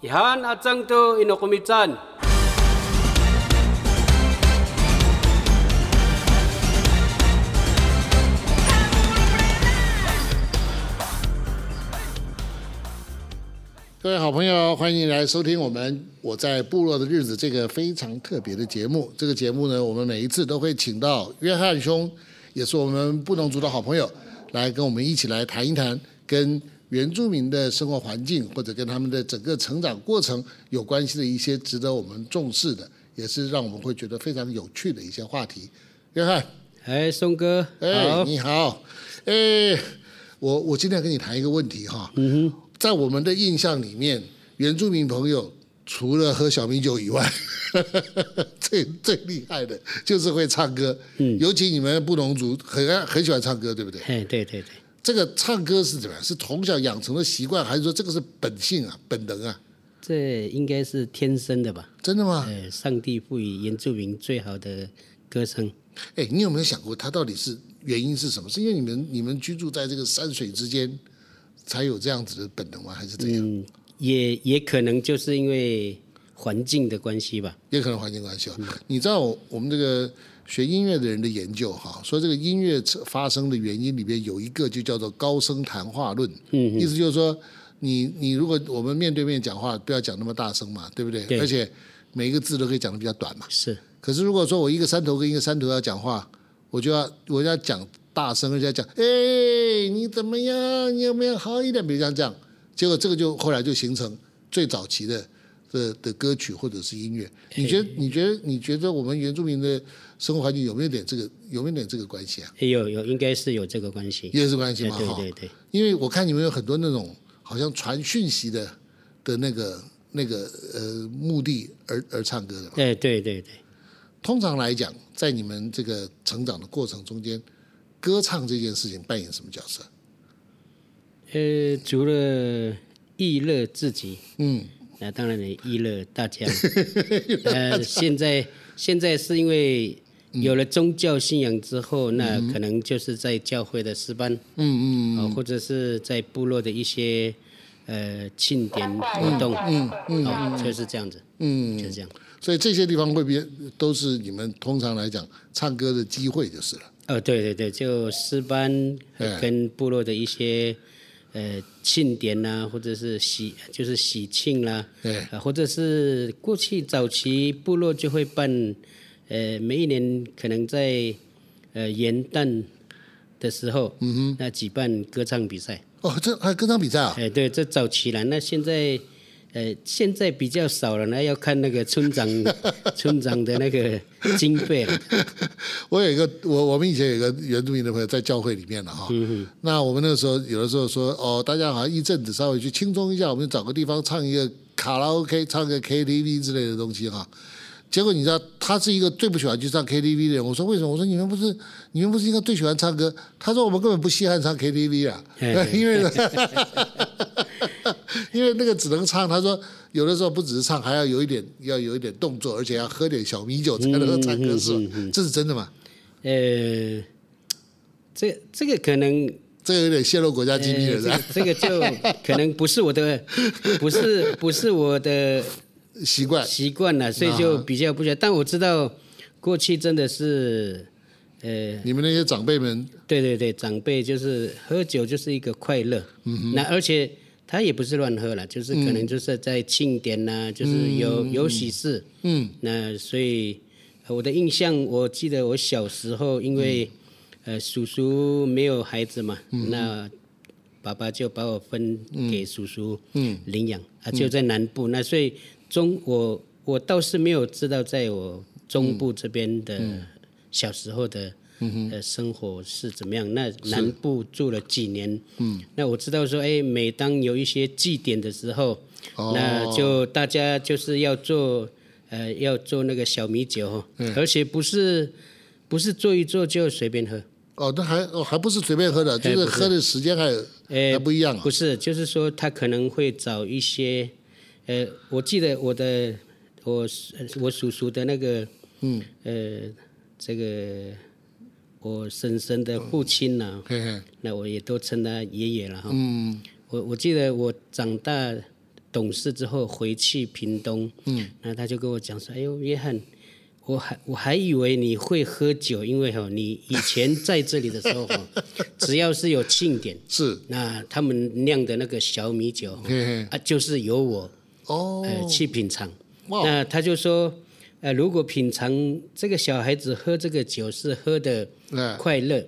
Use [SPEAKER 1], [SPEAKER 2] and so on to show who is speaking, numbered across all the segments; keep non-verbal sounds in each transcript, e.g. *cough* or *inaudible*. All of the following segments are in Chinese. [SPEAKER 1] Ihan atsang to inokumitsan.
[SPEAKER 2] 各位好朋友，欢迎来收听我们《我在部落的日子》这个非常特别的节目。这个节目呢，我们每一次都会请到约翰兄，也是我们布农族的好朋友，来跟我们一起来谈一谈跟原住民的生活环境或者跟他们的整个成长过程有关系的一些值得我们重视的，也是让我们会觉得非常有趣的一些话题。约翰，
[SPEAKER 1] 哎，松哥，
[SPEAKER 2] 哎，
[SPEAKER 1] 好，
[SPEAKER 2] 你好，哎，我我今天要跟你谈一个问题哈。嗯哼，在我们的印象里面，原住民朋友除了喝小米酒以外， *laughs* 最最厉害的就是会唱歌。嗯，尤其你们布农族很爱很喜欢唱歌，对不对？
[SPEAKER 1] 哎，对对对，
[SPEAKER 2] 这个唱歌是怎么样？是从小养成的习惯，还是说这个是本性啊、本能啊？
[SPEAKER 1] 这应该是天生的吧？
[SPEAKER 2] 真的吗？
[SPEAKER 1] 哎，上帝赋予原住民最好的歌声。
[SPEAKER 2] 哎，你有没有想过，它到底是原因是什么？是因为你们你们居住在这个山水之间，才有这样子的本能吗？还是怎样？
[SPEAKER 1] 嗯，也也可能就是因为环境的关系吧。
[SPEAKER 2] 也可能环境关系哦。你知道我我们这个学音乐的人的研究哈，说这个音乐发生的原因里边有一个就叫做高声谈话论，嗯，意思就是说你你如果我们面对面讲话，不要讲那么大声嘛，对不对？
[SPEAKER 1] 对
[SPEAKER 2] 而且每一个字都可以讲的比较短嘛。
[SPEAKER 1] 是，
[SPEAKER 2] 可是如果说我一个山头跟一个山头要讲话，我就要我要讲大声，人家讲，哎，你怎么样？你有没有好一点？比如像这样，结果这个就后来就形成最早期的的的歌曲或者是音乐。你觉得？你觉得？你觉得我们原住民的生活环境有没有点这个？有没有点这个关系啊？
[SPEAKER 1] 哎有有，应该是有这个关系。
[SPEAKER 2] 也是关系
[SPEAKER 1] 哎
[SPEAKER 2] 嘛，哈。
[SPEAKER 1] 对对对，
[SPEAKER 2] 因为我看你们有很多那种好像传讯息的的那个那个呃目的而而唱歌的嘛。
[SPEAKER 1] 哎，对对对，
[SPEAKER 2] 通常来讲，在你们这个成长的过程中间，歌唱这件事情扮演什么角色？
[SPEAKER 1] 呃，除了娱乐自己，
[SPEAKER 2] 嗯，
[SPEAKER 1] 那当然也娱乐大 *laughs* 家。呃，现在现在是因为有了宗教信仰之后，那可能就是在教会的诗班，嗯嗯嗯，或者是在部落的一些呃庆典活动，嗯嗯，哦，就是这样子，嗯，就是这样。
[SPEAKER 2] 所以这些地方会变，都是你们通常来讲唱歌的机会就是了。
[SPEAKER 1] 哦，对对对，就诗班
[SPEAKER 2] 哎
[SPEAKER 1] 跟部落的一些呃庆典呐、或者是喜就是喜庆啦、
[SPEAKER 2] 对
[SPEAKER 1] 啊或者是过去早期部落就会办，呃，每一年可能在呃元旦的时候，嗯哼，那举办歌唱比赛，
[SPEAKER 2] 哦，这还有歌唱比赛啊？
[SPEAKER 1] 哎，对，这早期了，那现在。呃，现在比较少了，那要看那个村 *laughs* 长村长的那个经费了。
[SPEAKER 2] *laughs* 我有一个，我我们以前有一个原住民的朋友在教会里面了哈。那我们那个时候有的时候说，哦，大家好像一阵子稍微去轻松一下，我们就找个地方唱一个卡拉 OK，唱个 KTV 之类的东西哈。结果你知道，他是一个最不喜欢去唱 KTV 的人。我说为什么？我说你们不是你们不是应该最喜欢唱歌？他说我们根本不稀罕唱 KTV 啊， *laughs* 因为呢 *laughs* 因为那个只能唱。他说有的时候不只是唱，还要有一点要有一点动作，而且要喝点小米酒才能够唱歌，
[SPEAKER 1] 嗯
[SPEAKER 2] 是吧？这是真的吗？
[SPEAKER 1] 呃，这这个可能，
[SPEAKER 2] 这个有点泄露国家
[SPEAKER 1] 呃
[SPEAKER 2] 机密了，
[SPEAKER 1] 这
[SPEAKER 2] 是
[SPEAKER 1] 个
[SPEAKER 2] 吧？
[SPEAKER 1] 这个就可能不是我的，不是不是我的
[SPEAKER 2] 习惯
[SPEAKER 1] 习惯了，所以就比较不晓得。但我知道过去真的是，呃，
[SPEAKER 2] 你们那些长辈们，
[SPEAKER 1] 对对对，长辈就是喝酒就是一个快乐，那而且他也不是乱喝了，就是可能就是在庆典呐、就是有、有喜事，嗯，那所以呃我的印象，我记得我小时候因为、呃叔叔没有孩子嘛，那爸爸就把我分给叔叔领养、啊，就在南部。那所以中我嗯我倒是没有知道，在我中部这边的小时候的呃，生活是怎么样？那南部住了几年？嗯，那我知道说，哎，每当有一些祭典的时候，
[SPEAKER 2] 哦
[SPEAKER 1] 那就大家就是要做，呃，要做那个小米酒哦，而且不是不是做一做就随便喝，
[SPEAKER 2] 哦，那还哦还不是随便喝的，
[SPEAKER 1] 哎
[SPEAKER 2] 就是
[SPEAKER 1] 不是
[SPEAKER 2] 喝的时间还有
[SPEAKER 1] 哎
[SPEAKER 2] 还不一样啊
[SPEAKER 1] 不。是，就是说他可能会找一些，呃，我记得我的我我叔叔的那个，嗯，呃，这个我婶婶的父亲呐、
[SPEAKER 2] 嘿嘿，
[SPEAKER 1] 那我也都称他爷爷了哈。嗯，我我记得我长大懂事之后回去屏东，嗯，那他就跟我讲说：“哎呦，约翰，我还我还以为你会喝酒，因为哈、你以前在这里的时候哈、
[SPEAKER 2] *laughs*
[SPEAKER 1] 只要是有庆典，
[SPEAKER 2] 是
[SPEAKER 1] 那他们酿的那个小米酒哈、
[SPEAKER 2] 嘿嘿
[SPEAKER 1] 啊，就是由我
[SPEAKER 2] 哦，
[SPEAKER 1] 呃去品尝。
[SPEAKER 2] 哇
[SPEAKER 1] 那他就说，呃，如果品尝这个小孩子喝这个酒是喝的
[SPEAKER 2] 哎
[SPEAKER 1] 快乐、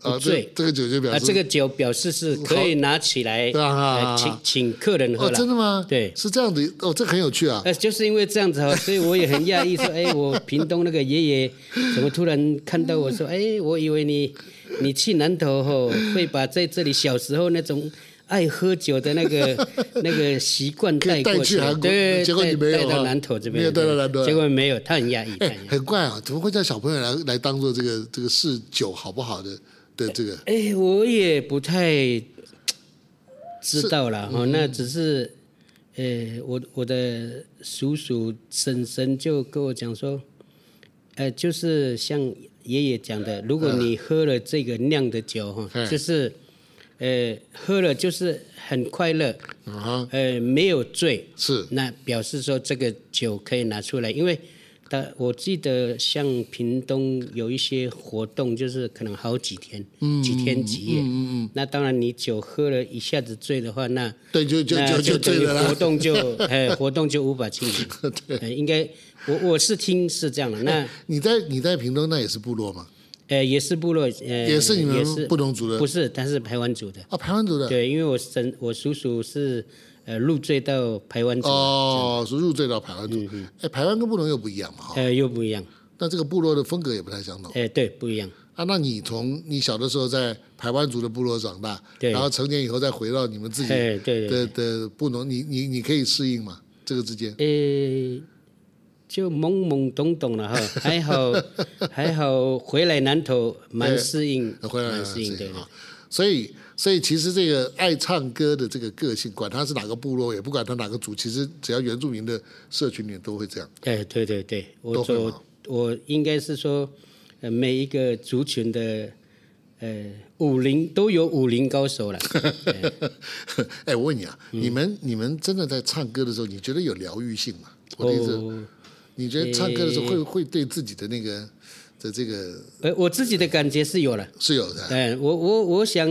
[SPEAKER 2] 啊
[SPEAKER 1] 不
[SPEAKER 2] 这
[SPEAKER 1] 醉。
[SPEAKER 2] 这个酒就表
[SPEAKER 1] 啊，
[SPEAKER 2] 示
[SPEAKER 1] 这个酒表示是可以拿起来，
[SPEAKER 2] 好啊
[SPEAKER 1] 呃请请客人喝
[SPEAKER 2] 哦
[SPEAKER 1] 了。
[SPEAKER 2] 真的吗？
[SPEAKER 1] 对，
[SPEAKER 2] 是这样的哦，这个很有趣啊。
[SPEAKER 1] 呃，就是因为这样子
[SPEAKER 2] *laughs*
[SPEAKER 1] 哈，所以我也很讶异，说，哎，我屏东那个爷爷怎么突然看到我说，哎，我以为你你去南投吼，会把在这里小时候那种。爱喝酒的那
[SPEAKER 2] *laughs*
[SPEAKER 1] 个那个习惯带过
[SPEAKER 2] 可以带去韩国
[SPEAKER 1] 对，
[SPEAKER 2] 结果你
[SPEAKER 1] 带
[SPEAKER 2] 没有
[SPEAKER 1] 带到
[SPEAKER 2] 哈
[SPEAKER 1] 南投这边，
[SPEAKER 2] 没有带到南投啊
[SPEAKER 1] 结果没有，他很讶异，他
[SPEAKER 2] 哎、
[SPEAKER 1] 很讶异。
[SPEAKER 2] 很怪啊，怎么会叫小朋友来来当做这个这个试酒好不好的的这个？
[SPEAKER 1] 哎，我也不太知道啦，哦，那只是，呃，我我的叔叔婶婶就跟我讲说，呃，就是像爷爷讲的，如果你喝了这个酿的酒哈，
[SPEAKER 2] 嗯
[SPEAKER 1] 就是，呃，喝了就是很快乐，
[SPEAKER 2] 啊哈，
[SPEAKER 1] 呃，没有醉，
[SPEAKER 2] 是
[SPEAKER 1] 那表示说这个酒可以拿出来，因为他我记得像屏东有一些活动，就是可能好几天，几天几夜，嗯嗯那当然你酒喝了一下子醉的话，那
[SPEAKER 2] 对就就
[SPEAKER 1] 那
[SPEAKER 2] 就就
[SPEAKER 1] 等于
[SPEAKER 2] 醉了啦
[SPEAKER 1] 活动就
[SPEAKER 2] *laughs*
[SPEAKER 1] 哎活动就无法进行，哎应该我我是听是这样的，那
[SPEAKER 2] 你在你在屏东那也是部落嘛？
[SPEAKER 1] 呃也是部落，呃
[SPEAKER 2] 也是你们
[SPEAKER 1] 也是
[SPEAKER 2] 布农族的
[SPEAKER 1] 不是，他是台湾族的，
[SPEAKER 2] 啊，排湾族的。
[SPEAKER 1] 对，因为我婶我叔叔是呃入赘到台湾族的，
[SPEAKER 2] 哦，是入赘到排湾
[SPEAKER 1] 嗯
[SPEAKER 2] 族。哎，排湾跟布农又不一样嘛，哈、
[SPEAKER 1] 呃又不一样，
[SPEAKER 2] 那这个部落的风格也不太相同
[SPEAKER 1] 哎对不一样。
[SPEAKER 2] 啊。那你从你小的时候在排湾族的部落长大，
[SPEAKER 1] 对
[SPEAKER 2] 然后成年以后再回到你们自己
[SPEAKER 1] 哎对对
[SPEAKER 2] 的的布农，你你你可以适应嘛？这个之间
[SPEAKER 1] 呃，就懵懵懂懂了哈，还
[SPEAKER 2] *laughs*
[SPEAKER 1] 好还好回来南投蛮适应，
[SPEAKER 2] 呃回来
[SPEAKER 1] 蛮适应
[SPEAKER 2] 对
[SPEAKER 1] 对对
[SPEAKER 2] 啊。所以，所以其实这个爱唱歌的这个个性，管他是哪个部落，也不管他哪个族，其实只要原住民的社群里都会这样。
[SPEAKER 1] 哎对对对，我
[SPEAKER 2] 都会
[SPEAKER 1] 我
[SPEAKER 2] 吗
[SPEAKER 1] 我应该是说，呃，每一个族群的呃武林都有武林高手了，
[SPEAKER 2] 哎，我问你啊，你们你们真的在唱歌的时候，你觉得有疗愈性吗？ *laughs* 我的意思，
[SPEAKER 1] 哦
[SPEAKER 2] 你觉得唱歌的时候会会对自己的那个的这个
[SPEAKER 1] 呃，我自己的感觉是有了。
[SPEAKER 2] 是有的？
[SPEAKER 1] 嗯，我我我想，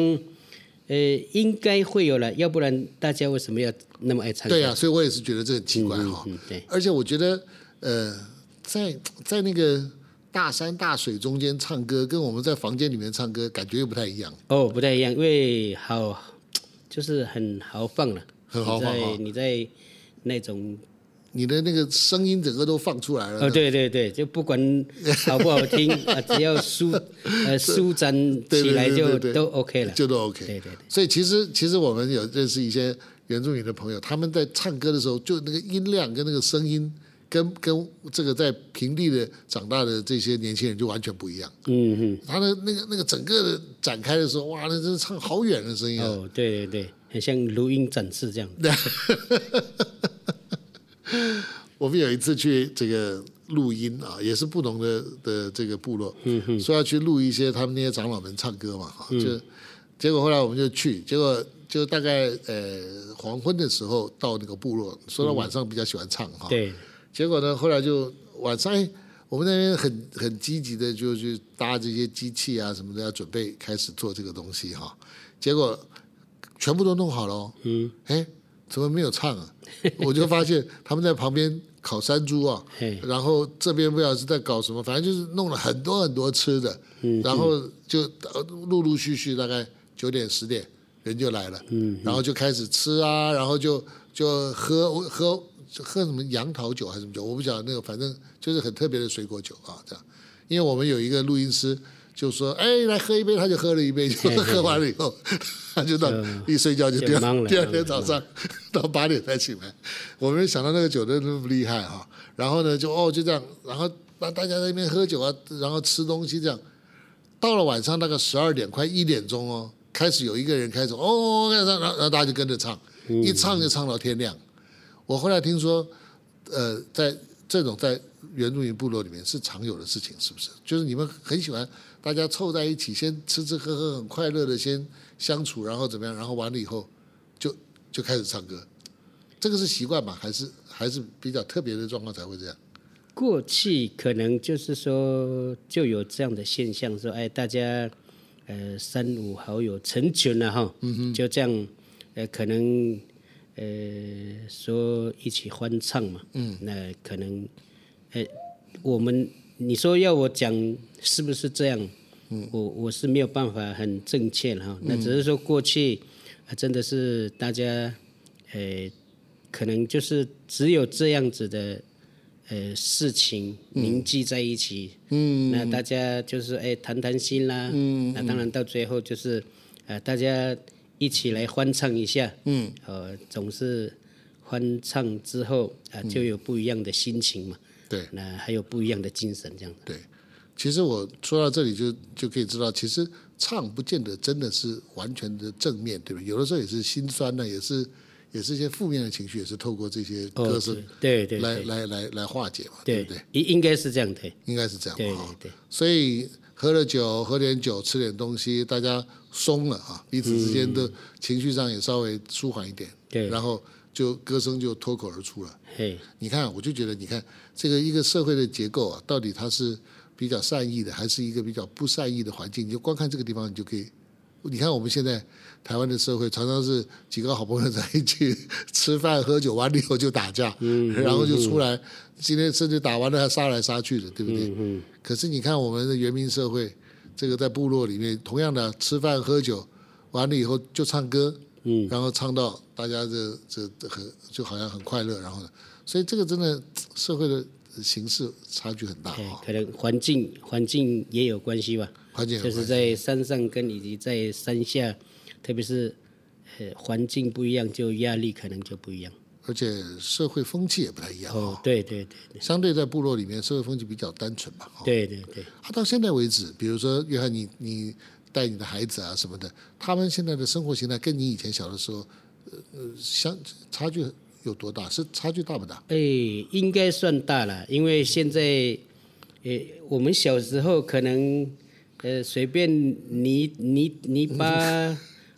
[SPEAKER 1] 呃，应该会有了，要不然大家为什么要那么爱唱歌？
[SPEAKER 2] 对呀、啊所以我也是觉得这很奇怪哈、
[SPEAKER 1] 嗯嗯嗯对
[SPEAKER 2] 而且我觉得，呃，在在那个大山大水中间唱歌，跟我们在房间里面唱歌感觉又不太一样。
[SPEAKER 1] 哦，不太一样，因为好，就是很豪放了。
[SPEAKER 2] 很豪放哦哈
[SPEAKER 1] 你在你在那种
[SPEAKER 2] 你的那个声音整个都放出来了。
[SPEAKER 1] 哦，对对对，就不管好不好
[SPEAKER 2] *laughs*
[SPEAKER 1] 听啊，只要舒呃舒展
[SPEAKER 2] 对
[SPEAKER 1] 起
[SPEAKER 2] 对
[SPEAKER 1] 来
[SPEAKER 2] 对
[SPEAKER 1] 就
[SPEAKER 2] 对对
[SPEAKER 1] 都 OK 了。
[SPEAKER 2] 就都 OK。
[SPEAKER 1] 对对对
[SPEAKER 2] 所以其实其实我们有认识一些原住民的朋友，他们在唱歌的时候，就那个音量跟那个声音，跟跟这个在平地的长大的这些年轻人就完全不一样。
[SPEAKER 1] 嗯
[SPEAKER 2] 他的那个那个整个的展开的时候，哇，那真是唱好远的声音
[SPEAKER 1] 嗯，
[SPEAKER 2] 啊！
[SPEAKER 1] 哦，对对对，很像录音展示这样。
[SPEAKER 2] 我们有一次去这个录音啊，也是不同的的这个部落，说要去录一些他们那些长老们唱歌嘛，哈、就结果后来我们就去，结果就大概呃黄昏的时候到那个部落，说到晚上比较喜欢唱哈、
[SPEAKER 1] 嗯对，
[SPEAKER 2] 结果呢，后来就晚上，哎，我们那边很很积极的就去搭这些机器啊什么的，要准备开始做这个东西哈。结果全部都弄好了、哦，嗯，哎，怎么没有唱啊？我就发现他们在旁边烤山猪啊
[SPEAKER 1] 嘿，
[SPEAKER 2] 然后这边不知道是在搞什么，反正就是弄了很多很多吃的，然后就呃陆陆续续大概九点十点人就来了，然后就开始吃啊，然后就就喝我喝就喝什么杨桃酒还是什么酒，我不晓得那个，反正就是很特别的水果酒啊，这样。因为我们有一个录音师，就说哎来喝一杯，他就喝了一杯，就喝完了以后， *laughs* 他就到一睡觉就
[SPEAKER 1] 就
[SPEAKER 2] 第二
[SPEAKER 1] 忙了
[SPEAKER 2] *laughs* 第二天早上到八点才起来。我没想到那个酒的那么厉害哈、然后呢就哦就这样，然后那大家在那边喝酒啊，然后吃东西这样。到了晚上大概十二点快一点钟哦，开始有一个人开始哦哦，哦然后然后大家就跟着唱，
[SPEAKER 1] 嗯
[SPEAKER 2] 一唱就唱到天亮。我后来听说，呃，在这种在原住民部落里面是常有的事情，是不是？就是你们很喜欢大家凑在一起，先吃吃喝喝，很快乐的先相处，然后怎么样，然后完了以后就就开始唱歌，这个是习惯吧？还是还是比较特别的状况才会这样？
[SPEAKER 1] 过去可能就是说就有这样的现象，说哎，大家呃三五好友成群了、哈，就这样呃可能呃说一起欢唱嘛，嗯，那可能呃我们你说要我讲是不是这样？我我是没有办法很正确了哈，那只是说过去、呃真的是大家呃可能就是只有这样子的呃事情凝聚在一起，嗯，那大家就是哎谈谈心啦，嗯，那当然到最后就是呃大家一起来欢唱一下，嗯，呃总是欢唱之后啊、就有不一样的心情嘛，
[SPEAKER 2] 对
[SPEAKER 1] 那还有不一样的精神这样子，
[SPEAKER 2] 对。其实我说到这里就就可以知道，其实唱不见得真的是完全的正面，对吧？有的时候也是心酸的，也是也是一些负面的情绪，也是透过这些歌声、
[SPEAKER 1] 哦对对对
[SPEAKER 2] 哦来
[SPEAKER 1] 对
[SPEAKER 2] 来来来化解嘛，对不对？哦
[SPEAKER 1] 应应该是这样对，
[SPEAKER 2] 应该是这样
[SPEAKER 1] 对
[SPEAKER 2] 嘛
[SPEAKER 1] 对
[SPEAKER 2] 哈
[SPEAKER 1] 对
[SPEAKER 2] 所以喝了酒，喝点酒，吃点东西，大家松了啊，彼此之间的情绪上也稍微舒缓一点，
[SPEAKER 1] 对
[SPEAKER 2] 然后就歌声就脱口而出了。
[SPEAKER 1] 嘿，
[SPEAKER 2] 你看，我就觉得，你看这个一个社会的结构啊，到底它是比较善意的，还是一个比较不善意的环境？你就光看这个地方，你就可以。你看我们现在台湾的社会，常常是几个好朋友在一起吃饭喝酒，完了以后就打架，然后就出来，今天甚至打完了还杀来杀去的，对不对？可是你看我们的原民社会，这个在部落里面，同样的吃饭喝酒，完了以后就唱歌，嗯，然后唱到大家这这这很就好像很快乐，然后呢，所以这个真的社会的形式差距很大啊、
[SPEAKER 1] 哎
[SPEAKER 2] 哦，
[SPEAKER 1] 可能环境环境也有关系吧，
[SPEAKER 2] 环境也有
[SPEAKER 1] 就是在山上跟以及在山下，特别是呃环境不一样，就压力可能就不一样。
[SPEAKER 2] 而且社会风气也不太一样、
[SPEAKER 1] 哦
[SPEAKER 2] 哦，，
[SPEAKER 1] 对对对
[SPEAKER 2] 相对在部落里面，社会风气比较单纯嘛、哦。
[SPEAKER 1] 对对对对，
[SPEAKER 2] 他到现在为止，比如说约翰你，你带你的孩子啊什么的，他们现在的生活形态跟你以前小的时候，呃，呃相差距有多大？是差距大不大？
[SPEAKER 1] 哎，应该算大了，因为现在呃我们小时候可能呃随便泥泥泥
[SPEAKER 2] *laughs*
[SPEAKER 1] 巴，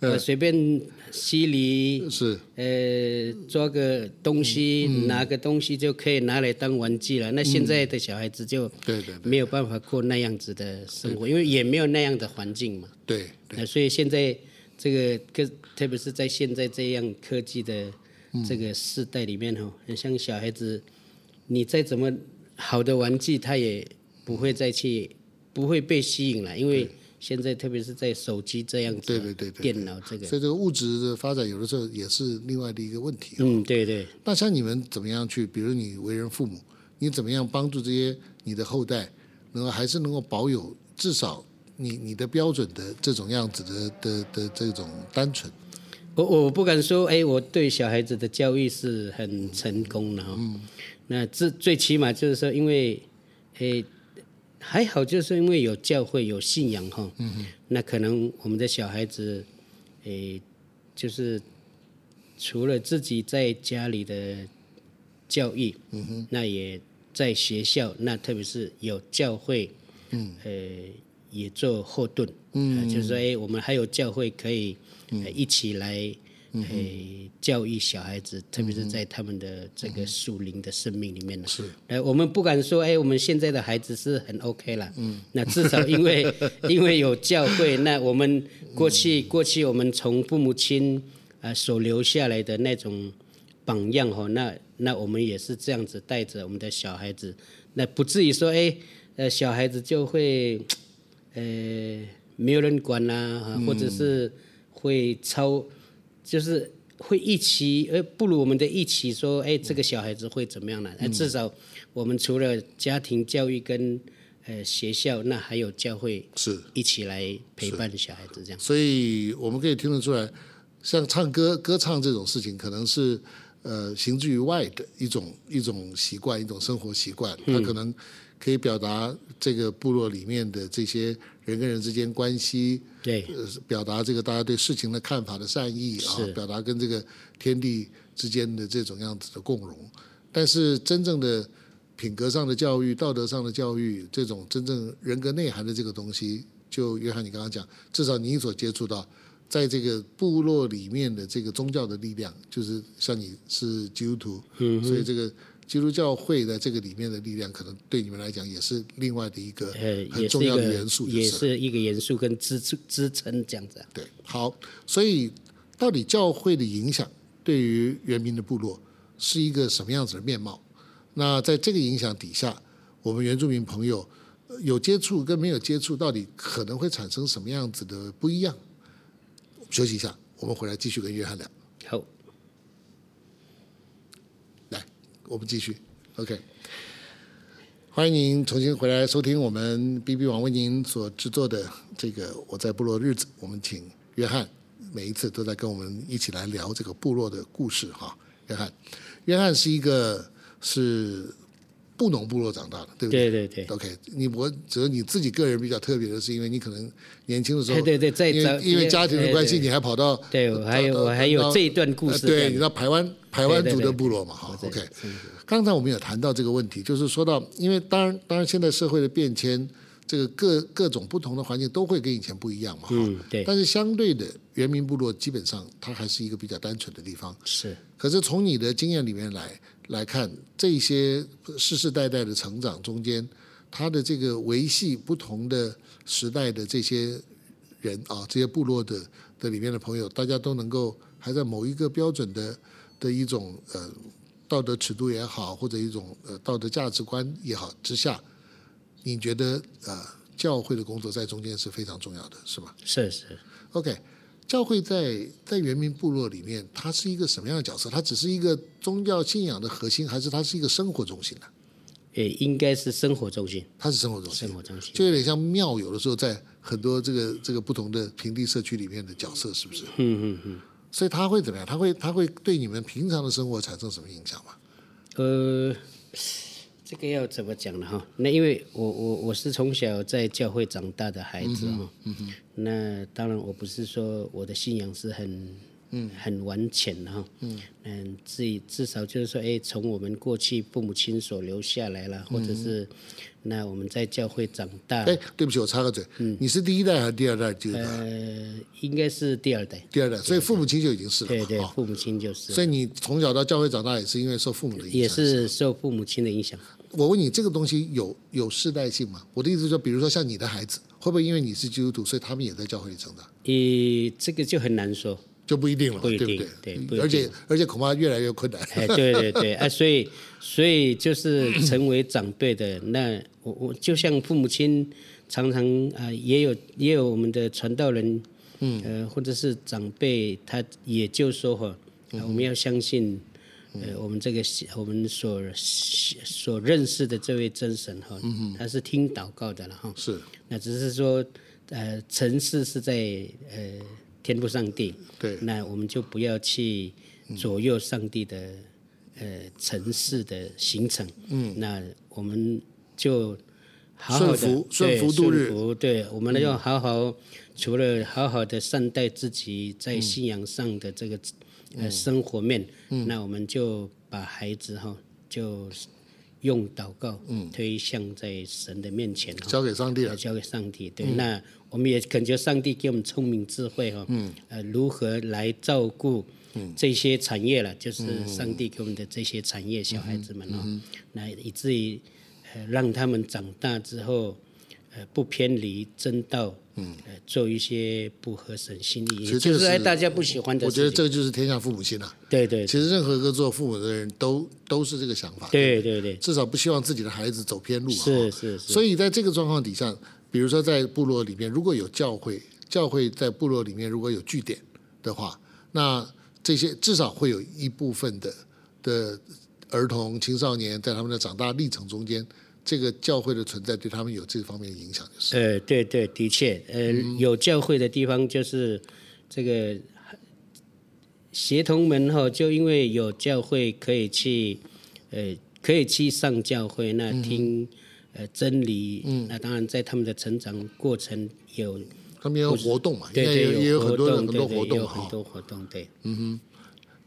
[SPEAKER 1] 呃随便吸泥，
[SPEAKER 2] 嗯是嗯
[SPEAKER 1] 呃，抓个东西、拿个东西就可以拿来当玩具了。那现在的小孩子就
[SPEAKER 2] 对对对
[SPEAKER 1] 没有办法过那样子的生活，因为也没有那样的环境嘛。
[SPEAKER 2] 对
[SPEAKER 1] 那所以现在这个个，特别是在现在这样科技的
[SPEAKER 2] 嗯
[SPEAKER 1] 这个时代里面哦，很像小孩子，你再怎么好的玩具，他也不会再去，不会被吸引了，因为现在特别是在手机这样子啊、
[SPEAKER 2] 对对对对对
[SPEAKER 1] 电脑这
[SPEAKER 2] 所
[SPEAKER 1] 个，
[SPEAKER 2] 以这个物质的发展有的时候也是另外的一个问题、啊。
[SPEAKER 1] 嗯，对对。
[SPEAKER 2] 那像你们怎么样去，比如你为人父母，你怎么样帮助这些你的后代，能够还是能够保有至少你你的标准的这种样子的的的的这种单纯？
[SPEAKER 1] 我我不敢说，哎，我对小孩子的教育是很成功的哈、哦那最最起码就是说，因为，哎，还好，就是因为有教会有信仰哈、那可能我们的小孩子，哎，就是除了自己在家里的教育，那也在学校，那特别是有教会，嗯，呃，也做后盾，嗯、就是说，哎，我们还有教会可以、呃一起来，呃，教育小孩子，特别是在他们的这个属灵的生命里面呢。是，呃，我们不敢说，哎，我们现在的孩子是很 OK 了，嗯，那至少因 *laughs* 为因为有教会，那我们过去、过去我们从父母亲啊、呃所留下来的那种。榜样哈、那那我们也是这样子带着我们的小孩子，那不至于说哎，呃，小孩子就会，呃，没有人管啦、啊或者是会超，就是会一起，呃，不如我们的一起
[SPEAKER 2] 嗯
[SPEAKER 1] 哎说，哎，这个小孩子会怎么样呢、那至少我们除了家庭教育跟呃学校，那还有教会
[SPEAKER 2] 是
[SPEAKER 1] 一起来陪伴小孩子这样。
[SPEAKER 2] 所以我们可以听得出来，像唱歌、歌唱这种事情，可能是呃行之于外的一种一种习惯、一种生活习惯。它可能可以表达这个部落里面的这些人跟人之间关系，
[SPEAKER 1] 对，
[SPEAKER 2] 呃，表达这个大家对事情的看法的善意啊
[SPEAKER 1] 是，
[SPEAKER 2] 表达跟这个天地之间的这种样子的共荣。但是真正的品格上的教育、道德上的教育，这种真正人格内涵的这个东西，就约翰你刚刚讲，至少你所接触到，在这个部落里面的这个宗教的力量，就是像你是基督徒，嗯、所以这个。基督教会在这个里面的力量，可能对你们来讲也是另外的一个
[SPEAKER 1] 呃，
[SPEAKER 2] 很
[SPEAKER 1] 也是
[SPEAKER 2] 重
[SPEAKER 1] 一
[SPEAKER 2] 要的
[SPEAKER 1] 个
[SPEAKER 2] 元素，就
[SPEAKER 1] 也
[SPEAKER 2] 了
[SPEAKER 1] 是一个元素跟支柱支撑这样子啊、
[SPEAKER 2] 对，好，所以到底教会的影响对于原民的部落是一个什么样子的面貌？那在这个影响底下，我们原住民朋友呃有接触跟没有接触，到底可能会产生什么样子的不一样？休息一下，我们回来继续跟约翰聊。
[SPEAKER 1] 好，
[SPEAKER 2] 来，我们继续。OK，欢迎您重新回来收听我们 BB 网为您所制作的这个《我在部落日子》，我们请约翰每一次都在跟我们一起来聊这个部落的故事哈。约翰，约翰是一个是布农部落长大的，对不
[SPEAKER 1] 对
[SPEAKER 2] 对
[SPEAKER 1] 对对，
[SPEAKER 2] OK，你我只有你自己个人比较特别的是，因为你可能年轻的时候，
[SPEAKER 1] 对对对在
[SPEAKER 2] 因
[SPEAKER 1] 早
[SPEAKER 2] 为因为家庭的关系，
[SPEAKER 1] 对对
[SPEAKER 2] 你还跑到
[SPEAKER 1] 对我还有
[SPEAKER 2] 到到
[SPEAKER 1] 我还有
[SPEAKER 2] 到
[SPEAKER 1] 这一段故事
[SPEAKER 2] 呃
[SPEAKER 1] 这
[SPEAKER 2] 对，
[SPEAKER 1] 样
[SPEAKER 2] 你到台湾台湾
[SPEAKER 1] 对
[SPEAKER 2] 族
[SPEAKER 1] 对
[SPEAKER 2] 的
[SPEAKER 1] 对
[SPEAKER 2] 部落嘛，哈
[SPEAKER 1] 对
[SPEAKER 2] ，OK
[SPEAKER 1] 对。
[SPEAKER 2] 刚才我们有谈到这个问题，就是说到，因为当然当然现在社会的变迁，这个各各种不同的环境都会跟以前不一样嘛，哈。
[SPEAKER 1] 嗯，对，
[SPEAKER 2] 但是相对的，原民部落基本上它还是一个比较单纯的地方。
[SPEAKER 1] 是
[SPEAKER 2] 可是从你的经验里面来来看，这些世世代代的成长中间，他的这个维系不同的时代的这些人啊，这些部落的的里面的朋友，大家都能够还在某一个标准的的一种呃道德尺度也好，或者一种呃道德价值观也好之下，你觉得呃教会的工作在中间是非常重要的，是吗？
[SPEAKER 1] 是是，
[SPEAKER 2] OK，教会在在原民部落里面，它是一个什么样的角色？它只是一个宗教信仰的核心，还是它是一个生活中心呢、
[SPEAKER 1] 也应该是生活中心，
[SPEAKER 2] 它是生活中心
[SPEAKER 1] 生，活中心。
[SPEAKER 2] 就有点像庙，有的时候在很多这个这个不同的平地社区里面的角色，是不是？嗯嗯嗯。所以它会怎么样？它会它会对你们平常的生活产生什么影响吗？
[SPEAKER 1] 呃，这个要怎么讲呢？哈，那因为我我我是从小在教会长大的孩子哈、嗯那当然我不是说我的信仰是很嗯很完全的哈，嗯嗯，至于至少就是说，哎，从我们过去父母亲所留下来了，或者是、那我们在教会长大，
[SPEAKER 2] 嗯哎，对不起，我插个嘴，你是第一代还是第二代基督徒啊？
[SPEAKER 1] 呃，应该是第二代，
[SPEAKER 2] 第二代，所以父母亲就已经是了
[SPEAKER 1] 对
[SPEAKER 2] 嘛，
[SPEAKER 1] 对，
[SPEAKER 2] 哦
[SPEAKER 1] 父母亲就是，
[SPEAKER 2] 所以你从小到教会长大，也是因为受父母的影响，
[SPEAKER 1] 也
[SPEAKER 2] 吧
[SPEAKER 1] 是受父母亲的影响。
[SPEAKER 2] 我问你，这个东西有有世代性吗？我的意思是说，比如说像你的孩子，会不会因为你是基督徒，所以他们也在教会里成长？
[SPEAKER 1] 诶，这个就很难说。
[SPEAKER 2] 就不一定了嘛，
[SPEAKER 1] 不一定
[SPEAKER 2] 对
[SPEAKER 1] 对
[SPEAKER 2] 不
[SPEAKER 1] 不一定
[SPEAKER 2] 而且而且恐怕越来越困难。
[SPEAKER 1] 哎，对对对，哎、所以所以就是成为长辈的那我我就像父母亲常常啊、呃也有也有我们的传道人，嗯，呃，或者是长辈，他也就说哈、呃我们要相信，呃，我们这个我们所所认识的这位真神哈、他是听祷告的了哈、
[SPEAKER 2] 是
[SPEAKER 1] 那只是说，呃，城市是在呃天赋上帝，
[SPEAKER 2] 嗯对
[SPEAKER 1] 那我们就不要去左右上帝的、呃城市的行程，嗯，那我们就好好的
[SPEAKER 2] 顺服顺服度日嗯
[SPEAKER 1] 对，我们要好好、除了好好的善待自己在
[SPEAKER 2] 嗯
[SPEAKER 1] 信仰上的这个、呃生活面，
[SPEAKER 2] 嗯
[SPEAKER 1] 那我们就把孩子哈就。用祷告推向在神的面前哈，
[SPEAKER 2] 嗯交给上帝了
[SPEAKER 1] 要。哎交给上帝。
[SPEAKER 2] 嗯
[SPEAKER 1] 对，那我们也恳求上帝给我们聪明智慧哈、哦，嗯，呃，如何来照顾
[SPEAKER 2] 嗯
[SPEAKER 1] 这些产业了，就是上帝给我们的这些产业小孩子们
[SPEAKER 2] 嗯
[SPEAKER 1] 哦，那以至于呃让他们长大之后。呃，不偏离真道，嗯，呃，做一些不合神心意，
[SPEAKER 2] 其
[SPEAKER 1] 也就
[SPEAKER 2] 实这个
[SPEAKER 1] 是哎
[SPEAKER 2] 是
[SPEAKER 1] 大家不喜欢的
[SPEAKER 2] 我
[SPEAKER 1] 事情。
[SPEAKER 2] 觉得这个就是天下父母心啊。
[SPEAKER 1] 对对
[SPEAKER 2] 其实任何一个做父母的人都都是这个想法，
[SPEAKER 1] 对对对，
[SPEAKER 2] 至少不希望自己的孩子走偏路啊。
[SPEAKER 1] 是是是，
[SPEAKER 2] 所以在这个状况底下，比如说在部落里面，如果有教会，教会在部落里面如果有据点的话，那这些至少会有一部分的的儿童、青少年在他们的长大历程中间，这个教会的存在对他们有这方面的影响，就是
[SPEAKER 1] 呃，对对，的确，呃，
[SPEAKER 2] 嗯
[SPEAKER 1] 有教会的地方就是这个协同门后，就因为有教会可以去，呃，可以去上教会，那
[SPEAKER 2] 嗯
[SPEAKER 1] 听、呃真理，那当然在他们的成长过程有，
[SPEAKER 2] 他嗯们也有活动嘛，应
[SPEAKER 1] 对
[SPEAKER 2] 该
[SPEAKER 1] 对，
[SPEAKER 2] 也也有很
[SPEAKER 1] 活
[SPEAKER 2] 多
[SPEAKER 1] 动，
[SPEAKER 2] 很多
[SPEAKER 1] 对对
[SPEAKER 2] 活
[SPEAKER 1] 有
[SPEAKER 2] 动
[SPEAKER 1] 很
[SPEAKER 2] 哈。
[SPEAKER 1] 多活动，对，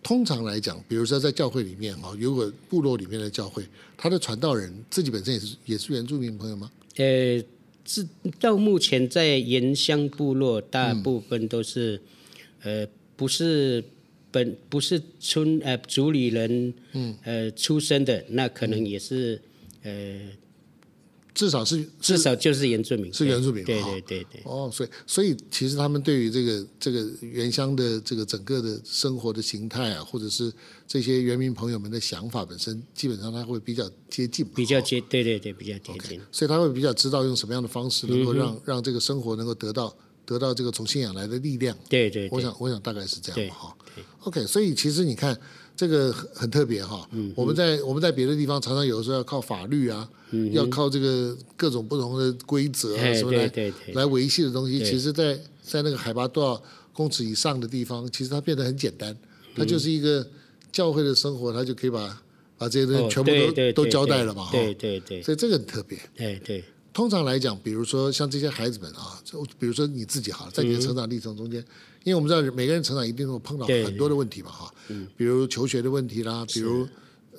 [SPEAKER 2] 通常来讲，比如说在教会里面哈，如果部落里面的教会，他的传道人自己本身也是也是原住民朋友吗？
[SPEAKER 1] 呃，至到目前在盐乡部落，大
[SPEAKER 2] 嗯
[SPEAKER 1] 部分都是、呃不是本不是村呃族里人，嗯呃出生的，那可能也是、呃
[SPEAKER 2] 至少是
[SPEAKER 1] 至少就是原住民，
[SPEAKER 2] 是原住民
[SPEAKER 1] 对
[SPEAKER 2] 好
[SPEAKER 1] 对对对，
[SPEAKER 2] 哦，所以所以其实他们对于这个这个原乡的这个整个的生活的形态啊，或者是这些原民朋友们的想法本身，基本上他会比较接近嘛，
[SPEAKER 1] 比较
[SPEAKER 2] 哦
[SPEAKER 1] 接，对对对，比较接近。嗯
[SPEAKER 2] 所以他会比较知道用什么样的方式能够让、让这个生活能够得到得到这个从信仰来的力量。
[SPEAKER 1] 对对哦
[SPEAKER 2] 我
[SPEAKER 1] 对，
[SPEAKER 2] 想，我想大概是这样
[SPEAKER 1] 对
[SPEAKER 2] 嘛哈。OK，所以其实你看，这个很很特别哈。
[SPEAKER 1] 嗯
[SPEAKER 2] 我们在我们在别的地方常常有的时候要靠法律啊，
[SPEAKER 1] 嗯
[SPEAKER 2] 要靠这个各种不同的规则啊
[SPEAKER 1] 哎
[SPEAKER 2] 什么
[SPEAKER 1] 对
[SPEAKER 2] 来
[SPEAKER 1] 对对
[SPEAKER 2] 来维系的东西，
[SPEAKER 1] 对
[SPEAKER 2] 其实在在那个海拔多少公尺以上的地方，其实它变得很简单，
[SPEAKER 1] 嗯
[SPEAKER 2] 它就是一个教会的生活，它就可以把把这些东西
[SPEAKER 1] 哦
[SPEAKER 2] 全部
[SPEAKER 1] 对对
[SPEAKER 2] 都都
[SPEAKER 1] 对
[SPEAKER 2] 交代
[SPEAKER 1] 对
[SPEAKER 2] 了嘛哈。
[SPEAKER 1] 对对对，
[SPEAKER 2] 所以这个很特别。
[SPEAKER 1] 哎对，
[SPEAKER 2] 通常来讲，比如说像这些孩子们啊，就比如说你自己好了，在你的成长历程中间，因为我们知道每个人成长一定会碰到
[SPEAKER 1] 对
[SPEAKER 2] 很多的问题嘛，哈，比如求学的问题啦，比如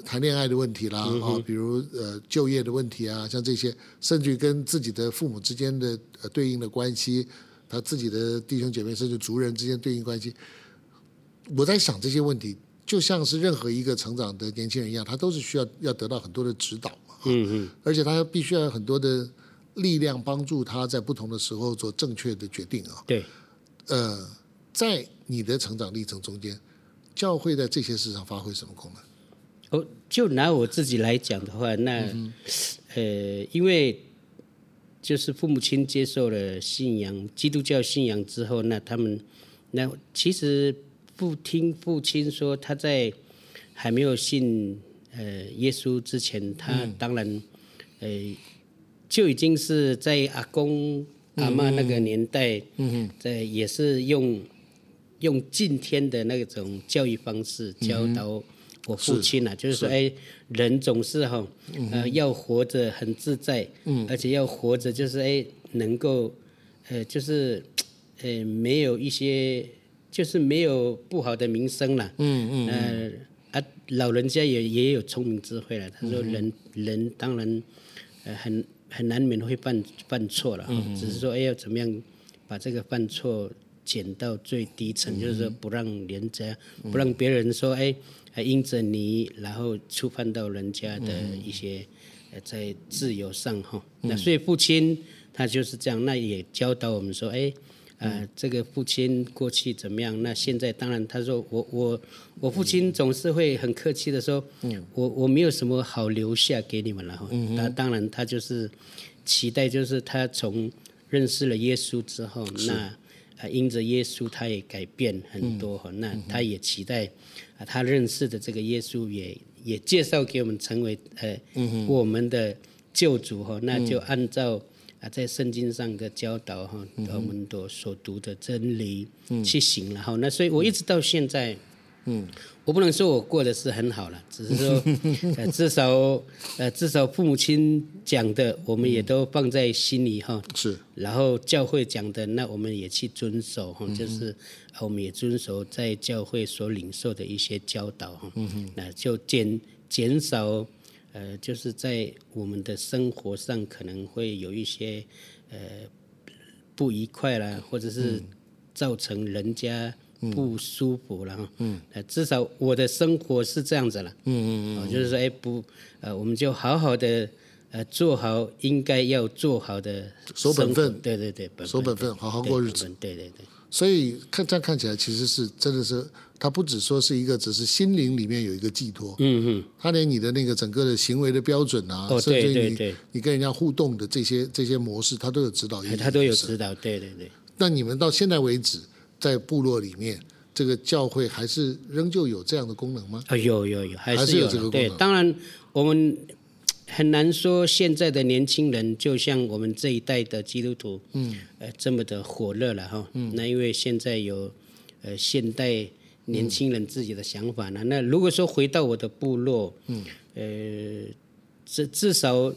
[SPEAKER 2] 谈恋爱的问题啦，啊，比如呃就业的问题啊，像这些，甚至于跟自己的父母之间的呃对应的关系，他自己的弟兄姐妹甚至族人之间对应关系，我在想这些问题，就像是任何一个成长的年轻人一样，他都是需要要得到很多的指导嘛，哈
[SPEAKER 1] 嗯嗯，
[SPEAKER 2] 而且他必须要有很多的力量帮助他在不同的时候做正确的决定啊。
[SPEAKER 1] 对，
[SPEAKER 2] 呃，在你的成长历程中间，教会在这些事上发挥什么功能？
[SPEAKER 1] 哦，就拿我自己来讲的话，那、呃，因为就是父母亲接受了信仰基督教信仰之后，那他们那其实不听父亲说，他在还没有信呃耶稣之前，他当然、呃就已经是在阿公阿妈那个年代，嗯在也是用。用今天的那种教育方式教导我父亲啊，嗯就是说，哎，人总是哈、呃，要活着很自在，而且要活着就是哎，能够，呃，就是，呃，没有一些，就是没有不好的名声啦，嗯嗯，呃，啊，老人家也也有聪明智慧了，他说人、人当然，呃，很很难免会犯犯错了哈，只是说哎要怎么样把这个犯错减到最低层，就是说不让人家、不让别人说哎，呃因着你然后触犯到人家的一些、呃在自由上哈，那所以父亲他就是这样，那也教导我们说哎。呃，这个父亲过去怎么样？那现在当然，他说我我我父亲总是会很客气的说，我我没有什么好留下给你们了哈。那、当然，他就是期待，就是他从认识了耶稣之后，那呃因着耶稣，他也改变很多哈、那他也期待、啊，他认识的这个耶稣也也介绍给我们成为呃、我们的救主哈、那就按照。啊，在圣经上的教导哈，我们所所读的真理、去行了哈。那所以我一直到现在，我不能说我过得是很好了，只是说，呃，至少呃，至少父母亲讲的，我们也都放在心里哈。
[SPEAKER 2] 是
[SPEAKER 1] 然后教会讲的，那我们也去遵守哈，就是呃我们也遵守在教会所领受的一些教导哈。那就减减少呃，就是在我们的生活上可能会有一些呃不愉快啦，或者是造成人家不舒服了哈。嗯，至少我的生活是这样子了。嗯嗯嗯、就是说，哎，不，呃，我们就好好的。呃，做好应该要做好的
[SPEAKER 2] 守本分
[SPEAKER 1] 生活对对对，本
[SPEAKER 2] 守本分好好过日子，
[SPEAKER 1] 对对对
[SPEAKER 2] 所以看这样看起来，其实是真的是，它不只说是一个，只是心灵里面有一个寄托，嗯嗯，它连你的那个整个的行为的标准啊，
[SPEAKER 1] 哦
[SPEAKER 2] 甚至
[SPEAKER 1] 对
[SPEAKER 2] 于
[SPEAKER 1] 对
[SPEAKER 2] 你
[SPEAKER 1] 对
[SPEAKER 2] 你跟人家互动的这些这些模式，它都有指导意
[SPEAKER 1] 对，
[SPEAKER 2] 义，
[SPEAKER 1] 他哎都有
[SPEAKER 2] 就是
[SPEAKER 1] 指导，对对对。
[SPEAKER 2] 那你们到现在为止，在部落里面，这个教会还是仍旧有这样的功能吗？
[SPEAKER 1] 啊，有有有，还
[SPEAKER 2] 还是
[SPEAKER 1] 有
[SPEAKER 2] 有这个
[SPEAKER 1] 的
[SPEAKER 2] 功
[SPEAKER 1] 对，
[SPEAKER 2] 能
[SPEAKER 1] 当然我们很难说现在的年轻人就像我们这一代的基督徒，嗯，呃，这么的火热了哈。嗯，那因为现在有呃现代年轻人自己的想法
[SPEAKER 2] 嗯
[SPEAKER 1] 呢。那如果说回到我的部落，嗯，呃，至至少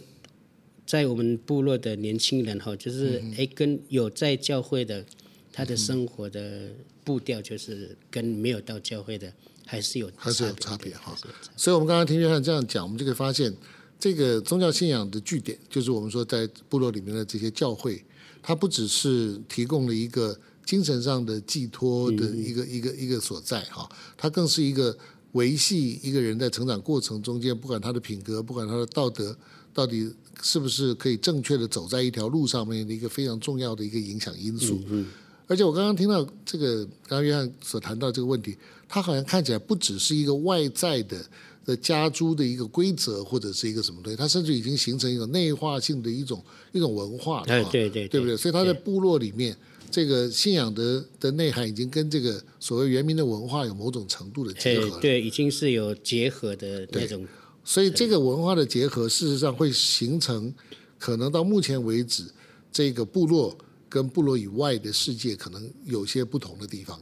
[SPEAKER 1] 在我们部落的年轻人哈，就是
[SPEAKER 2] 嗯
[SPEAKER 1] 哎、跟有在教会的，他的生活的步调就是跟没有到教会的还是有
[SPEAKER 2] 还是有
[SPEAKER 1] 差
[SPEAKER 2] 差别
[SPEAKER 1] 的
[SPEAKER 2] 哈
[SPEAKER 1] 还是有差
[SPEAKER 2] 所以，我们刚刚听约翰这样讲，我们就可以发现，这个宗教信仰的据点，就是我们说在部落里面的这些教会，它不只是提供了一个精神上的寄托的一个、一个一个所在哈，它更是一个维系一个人在成长过程中间，不管他的品格，不管他的道德，到底是不是可以正确的走在一条路上面的一个非常重要的一个影响因素。
[SPEAKER 1] 嗯
[SPEAKER 2] 而且我刚刚听到这个，刚刚约翰所谈到这个问题，它好像看起来不只是一个外在的的加诸的一个规则或者是一个什么东西，它甚至已经形成一种内化性的一种一种文化了
[SPEAKER 1] 嗯哎
[SPEAKER 2] 哈，
[SPEAKER 1] 对对对
[SPEAKER 2] 对不对？所以它在部落里面，这个信仰的的内涵已经跟这个所谓原民的文化有某种程度的结合
[SPEAKER 1] 呃
[SPEAKER 2] 了，。
[SPEAKER 1] 对，已经是有结合的那种
[SPEAKER 2] 所以这个文化的结合，事实上会形成可能到目前为止，这个部落跟部落以外的世界可能有些不同的地方。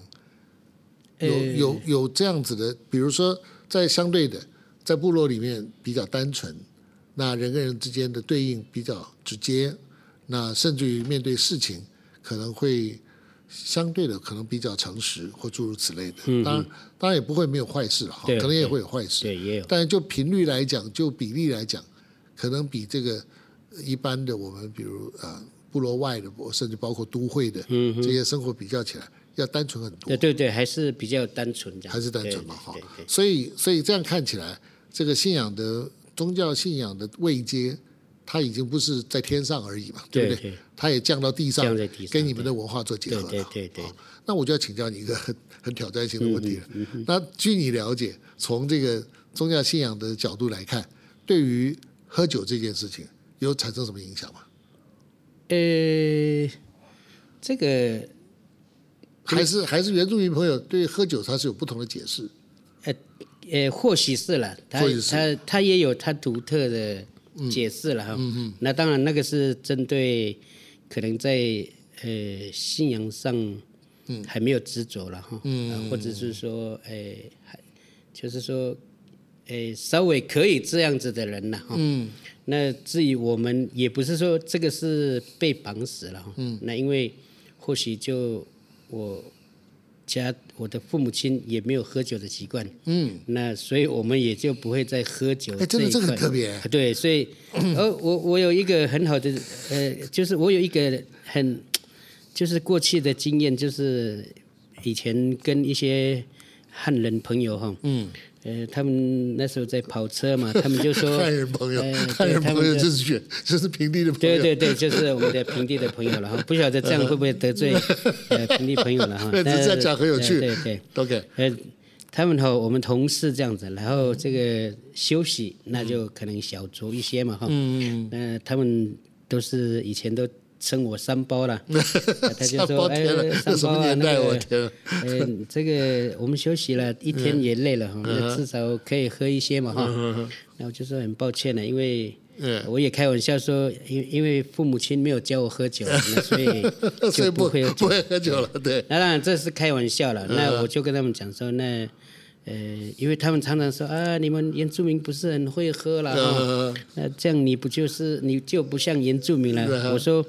[SPEAKER 2] 有有有这样子的，比如说在相对的，在部落里面比较单纯，那人跟人之间的对应比较直接，那甚至于面对事情可能会相对的可能比较诚实或诸如此类的。当然当然也不会没有坏事了哈，
[SPEAKER 1] 嗯对
[SPEAKER 2] 可能也会有坏事。
[SPEAKER 1] 对也有
[SPEAKER 2] 但是就频率来讲，就比例来讲，可能比这个呃一般的我们比如呃部落外的，甚至包括都会的、这些生活比较起来，要单纯很多
[SPEAKER 1] 嗯对，对对，还是比较单纯这样，
[SPEAKER 2] 还是单纯嘛哈
[SPEAKER 1] 对对对。
[SPEAKER 2] 所以所以这样看起来，这个信仰的宗教信仰的位阶，它已经不是在天上而已嘛，
[SPEAKER 1] 对
[SPEAKER 2] 不
[SPEAKER 1] 对
[SPEAKER 2] 它也降到地上，
[SPEAKER 1] 降在地上
[SPEAKER 2] 跟你们的文化做结合了。
[SPEAKER 1] 对对对对
[SPEAKER 2] 好那我就要请教你一个很很挑战性的问题了。
[SPEAKER 1] 嗯
[SPEAKER 2] 那据你了解，从这个宗教信仰的角度来看，对于喝酒这件事情有产生什么影响吗？
[SPEAKER 1] 对。呃，这个
[SPEAKER 2] 还是还是原住民朋友对喝酒他是有不同的解释，
[SPEAKER 1] 呃呃，或许是了，他
[SPEAKER 2] 或许是
[SPEAKER 1] 他他也有他独特的解释了哈。那当然，那个是针对可能在呃信仰上还没有执着了哈，嗯、或者是说呃还就是说呃稍微可以这样子的人了哈。嗯。那至于我们，也不是说这个是被绑死了哈。嗯。那因为或许就我家我的父母亲也没有喝酒的习惯，嗯，那所以我们也就不会再喝酒一
[SPEAKER 2] 哎
[SPEAKER 1] 块。
[SPEAKER 2] 真的这个很特别
[SPEAKER 1] 对，所
[SPEAKER 2] *clears throat*
[SPEAKER 1] 以呃，我我有一个很好的呃，就是我有一个很就是过去的经验，就是以前跟一些汉人朋友哈，嗯。呃，他们那时候在跑车嘛，他们就说
[SPEAKER 2] *laughs* 汉人朋友
[SPEAKER 1] 呃，
[SPEAKER 2] 汉人
[SPEAKER 1] 对他
[SPEAKER 2] 朋
[SPEAKER 1] 们
[SPEAKER 2] 友
[SPEAKER 1] 就
[SPEAKER 2] 这是选这是平地的朋友？
[SPEAKER 1] 对，对对，就是我们的平地的朋友了哈，不晓得这样会不会得罪呃平地朋友了哈
[SPEAKER 2] 嗯
[SPEAKER 1] 呃
[SPEAKER 2] 对这样讲很有趣
[SPEAKER 1] 对对
[SPEAKER 2] ，OK。
[SPEAKER 1] 对，呃，他们和我们同事这样子，然后这个休息那就可能小酌一些嘛哈。嗯嗯。呃，他们都是以前都称我三包
[SPEAKER 2] *laughs*
[SPEAKER 1] 了，他就
[SPEAKER 2] 三
[SPEAKER 1] 说
[SPEAKER 2] 包
[SPEAKER 1] 哎
[SPEAKER 2] 天了，
[SPEAKER 1] 三
[SPEAKER 2] 这什
[SPEAKER 1] 包
[SPEAKER 2] 么
[SPEAKER 1] 啊
[SPEAKER 2] 年代？
[SPEAKER 1] 那个
[SPEAKER 2] 我天了！
[SPEAKER 1] 呃，这个我们休息了一天也累了哈，
[SPEAKER 2] 嗯
[SPEAKER 1] 那至少可以喝一些嘛哈。那我就说很抱歉了，因为
[SPEAKER 2] 嗯
[SPEAKER 1] 我也开玩笑说，因因为父母亲没有教我喝酒，啊
[SPEAKER 2] *laughs*
[SPEAKER 1] 那所以
[SPEAKER 2] 所以
[SPEAKER 1] 就
[SPEAKER 2] 不
[SPEAKER 1] 会有
[SPEAKER 2] 不会嗯喝酒了，对，
[SPEAKER 1] 那当然这是开玩笑了。那我就跟他们讲说，那呃，因为他们常常说啊，你们原住民不是很会喝啦，
[SPEAKER 2] 嗯
[SPEAKER 1] 哦那这样你不就是你就不像原住民
[SPEAKER 2] 嗯
[SPEAKER 1] 了？我说，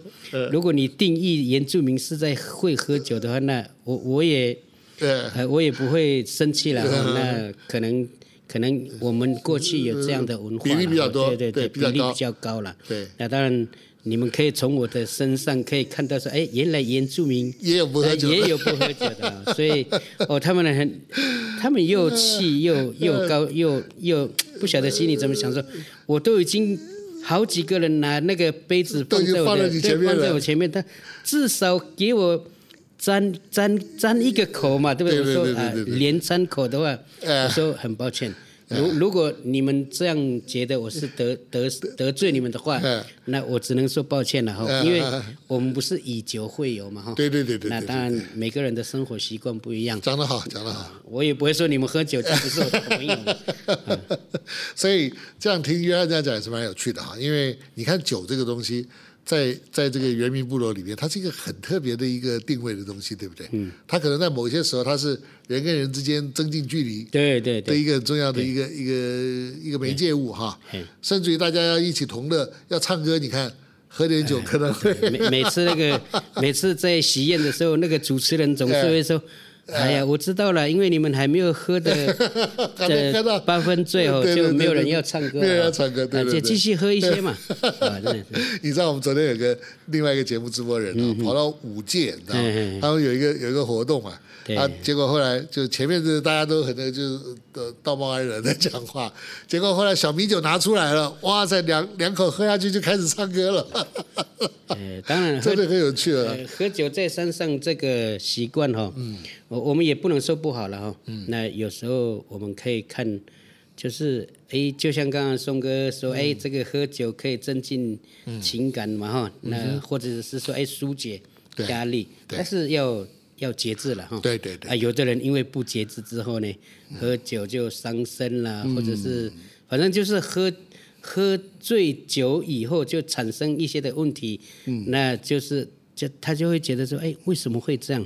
[SPEAKER 1] 如果你定义原住民是在会喝酒的话，那我我也
[SPEAKER 2] 对，
[SPEAKER 1] 呃，我也不会生气
[SPEAKER 2] *laughs*
[SPEAKER 1] 了。那可能可能我们过去有这样的文化啦，
[SPEAKER 2] 比例比较多
[SPEAKER 1] 对对
[SPEAKER 2] 对
[SPEAKER 1] 对，
[SPEAKER 2] 比较
[SPEAKER 1] 比例
[SPEAKER 2] 高
[SPEAKER 1] 比较高了。
[SPEAKER 2] 对
[SPEAKER 1] 那当然你们可以从我的身上可以看到说，哎，原来原住民
[SPEAKER 2] 也有不喝酒
[SPEAKER 1] 呃
[SPEAKER 2] 的，
[SPEAKER 1] 也有不喝酒的
[SPEAKER 2] *laughs*
[SPEAKER 1] 啊，所以哦，他们很，他们又气
[SPEAKER 2] 呃
[SPEAKER 1] 又又高又又不晓得心里怎么想说，我都已经。好几个人拿那个杯子
[SPEAKER 2] 都已经
[SPEAKER 1] 在我
[SPEAKER 2] 放在
[SPEAKER 1] 的，
[SPEAKER 2] 你
[SPEAKER 1] 对，
[SPEAKER 2] 前面
[SPEAKER 1] 放在
[SPEAKER 2] 了
[SPEAKER 1] 我前面，他至少给我沾沾沾一个口嘛，对不
[SPEAKER 2] 对对
[SPEAKER 1] 我说
[SPEAKER 2] 对对
[SPEAKER 1] 啊，
[SPEAKER 2] 对对
[SPEAKER 1] 连沾口的话，
[SPEAKER 2] 呃
[SPEAKER 1] 我说很抱歉，如如果你们这样觉得我是得得得罪你们的话
[SPEAKER 2] 嗯，
[SPEAKER 1] 那我只能说抱歉了哈，
[SPEAKER 2] 嗯
[SPEAKER 1] 因为
[SPEAKER 2] 嗯嗯
[SPEAKER 1] 我们不是以酒会友嘛哈。
[SPEAKER 2] 对对对对对
[SPEAKER 1] 那
[SPEAKER 2] 对
[SPEAKER 1] 当然，每个人的生活习惯不一样，
[SPEAKER 2] 讲得好，讲得好。
[SPEAKER 1] 我也不会说你们喝酒就不是我的朋
[SPEAKER 2] *laughs*
[SPEAKER 1] 友嘛。
[SPEAKER 2] 所以这样听约翰这样讲也是蛮有趣的哈，因为你看酒这个东西，在在这个原民部落里面，它是一个很特别的一个定位的东西，对不对？嗯，它可能在某些时候，它是人跟人之间增进距离
[SPEAKER 1] 对对
[SPEAKER 2] 的
[SPEAKER 1] 对
[SPEAKER 2] 一个很重要的一个一个一个媒介物哈
[SPEAKER 1] 嘿，
[SPEAKER 2] 甚至于大家要一起同乐，要唱歌，你看喝点酒可能会
[SPEAKER 1] 哎每每次那个每次在喜宴的时候，那个主持人总是会
[SPEAKER 2] *laughs*
[SPEAKER 1] 说。哎呀，我知道了，因为你们还没有喝的
[SPEAKER 2] *laughs* 还没喝到
[SPEAKER 1] 呃八分醉哦，
[SPEAKER 2] 对对对
[SPEAKER 1] 就没有人要唱歌了，
[SPEAKER 2] 没有人要唱歌对对
[SPEAKER 1] 啊
[SPEAKER 2] 对
[SPEAKER 1] 就继续喝一些嘛。
[SPEAKER 2] *laughs*
[SPEAKER 1] 啊，真的嗯是
[SPEAKER 2] 你知道我们昨天有个另外一个节目直播人啊，跑到五届，你知道吗
[SPEAKER 1] 嗯嗯嗯
[SPEAKER 2] 他们有一个有一个活动嘛，
[SPEAKER 1] 对
[SPEAKER 2] 啊，结果后来就前面就是大家都很那个就是呃道貌岸然在讲话，结果后来小米酒拿出来了，哇塞，两两口喝下去就开始唱歌了， *laughs*
[SPEAKER 1] 呃，当然喝
[SPEAKER 2] 真的很有趣啊了
[SPEAKER 1] 呃。喝酒在山上这个习惯哈、嗯，我我们也不能说不好了哈、嗯，那有时候我们可以看，就是哎，就像刚刚松哥说，
[SPEAKER 2] 嗯
[SPEAKER 1] 哎、这个喝酒可以增进情感嘛哈、那或者是说哎疏解
[SPEAKER 2] 嗯对
[SPEAKER 1] 压力，
[SPEAKER 2] 对
[SPEAKER 1] 但是要要节制了哈、
[SPEAKER 2] 对对对
[SPEAKER 1] 啊，有的人因为不节制之后呢，喝酒就伤身啦，或者是反正就是喝喝醉酒以后就产生一些的问题，那就是就他就会觉得说，哎，为什么会这样？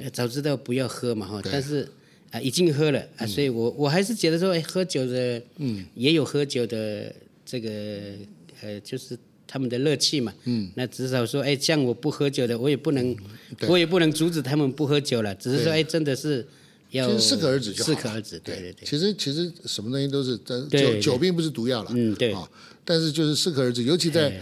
[SPEAKER 1] 呃早知道不要喝嘛哈，但是。啊，已经喝了啊，所以我我还是觉得说，哎，喝酒的，嗯，也有喝酒的这个，呃，就是他们的乐趣嘛，嗯，那至少说，哎，像我不喝酒的，我也不能，
[SPEAKER 2] 对
[SPEAKER 1] 我也不能阻止他们不喝酒了，只是说，
[SPEAKER 2] 对
[SPEAKER 1] 哎，真的是要
[SPEAKER 2] 其实适可而止就好
[SPEAKER 1] 适
[SPEAKER 2] 了。
[SPEAKER 1] 可而止，对对对，
[SPEAKER 2] 其实其实什么东西都是，但
[SPEAKER 1] 对
[SPEAKER 2] 酒
[SPEAKER 1] 对
[SPEAKER 2] 酒并不是毒药了。
[SPEAKER 1] 嗯对哎
[SPEAKER 2] 啊、但是就是适可而止，尤其在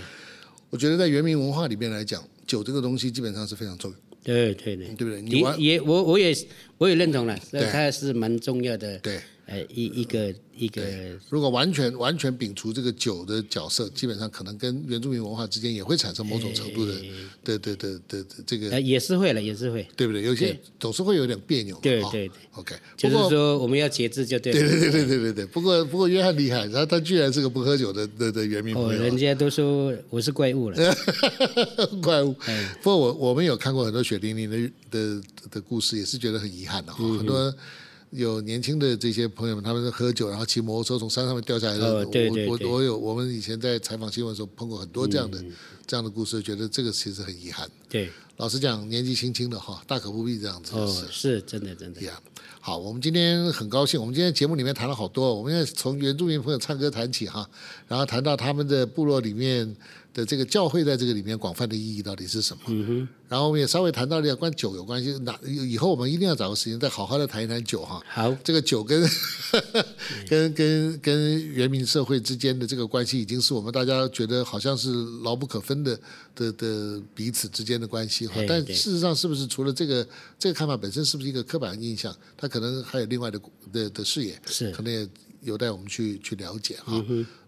[SPEAKER 2] 我觉得在原民文化里面来讲，酒这个东西基本上是非常重要。
[SPEAKER 1] 对对对，
[SPEAKER 2] 对不对你
[SPEAKER 1] 也
[SPEAKER 2] 玩
[SPEAKER 1] 也我我也我也认同了，
[SPEAKER 2] 对
[SPEAKER 1] 它是蛮重要的，
[SPEAKER 2] 对，
[SPEAKER 1] 呃，一一个一个，
[SPEAKER 2] 如果完全完全摒除这个酒的角色，基本上可能跟原住民文化之间也会产生某种程度的，
[SPEAKER 1] 哎
[SPEAKER 2] 对对对对，对这
[SPEAKER 1] 呃，
[SPEAKER 2] 个
[SPEAKER 1] 也是会了，也是会，
[SPEAKER 2] 对不对？有些总是会有点别扭嘛。
[SPEAKER 1] 对
[SPEAKER 2] 哈
[SPEAKER 1] 对对
[SPEAKER 2] OK，
[SPEAKER 1] 就
[SPEAKER 2] 不
[SPEAKER 1] 是
[SPEAKER 2] 过
[SPEAKER 1] 说我们要节制就对了，
[SPEAKER 2] 对对对对对对对。不过不过约翰厉害，他他居然是个不喝酒的的的原民
[SPEAKER 1] 哦，
[SPEAKER 2] 朋友
[SPEAKER 1] 人
[SPEAKER 2] 啊。
[SPEAKER 1] 家都说我是怪物了，
[SPEAKER 2] *laughs* 怪物，
[SPEAKER 1] 哎
[SPEAKER 2] 不过我我们有看过很多血淋淋的的的故事，也是觉得很遗憾的、哈。
[SPEAKER 1] 嗯
[SPEAKER 2] 很多有年轻的这些朋友们，他们是喝酒，然后骑摩托车从山上面掉下来的。
[SPEAKER 1] 哦对对
[SPEAKER 2] 我
[SPEAKER 1] 对
[SPEAKER 2] 我我有我们以前在采访新闻的时候碰过很多这样的、这
[SPEAKER 1] 嗯
[SPEAKER 2] 样的故事，觉得这个其实很遗憾。
[SPEAKER 1] 对，
[SPEAKER 2] 老实讲，年纪轻轻的哈，大可不必这样子。
[SPEAKER 1] 哦，
[SPEAKER 2] 是
[SPEAKER 1] 是真的真的，
[SPEAKER 2] 呀，好，我们今天很高兴，我们今天节目里面谈了好多，我们现在从原住民朋友唱歌谈起哈，然后谈到他们的部落里面的这个教会在这个里面广泛的意义到底是什么，嗯、然后我们也稍微谈到了关酒有关系，那以后我们一定要找个时间再好好的谈一谈酒哈。
[SPEAKER 1] 好，
[SPEAKER 2] 这个酒跟 *laughs* 跟跟跟原民社会之间的这个关系，已经是我们大家觉得好像是牢不可分的的的彼此之间的关系哈
[SPEAKER 1] 对。
[SPEAKER 2] 但
[SPEAKER 1] 对
[SPEAKER 2] 事实上，是不是除了这个这个看法本身是不是一个刻板印象？它可能还有另外的的的视野，
[SPEAKER 1] 是
[SPEAKER 2] 可能也有待我们去去了解哈。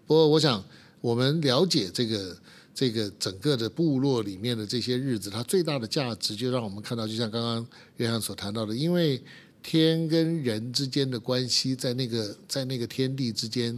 [SPEAKER 2] 不过，我想我们了解这个。这个整个的部落里面的这些日子，它最大的价值就让我们看到，就像刚刚约翰所谈到的，因为天跟人之间的关系，在那个在那个天地之间，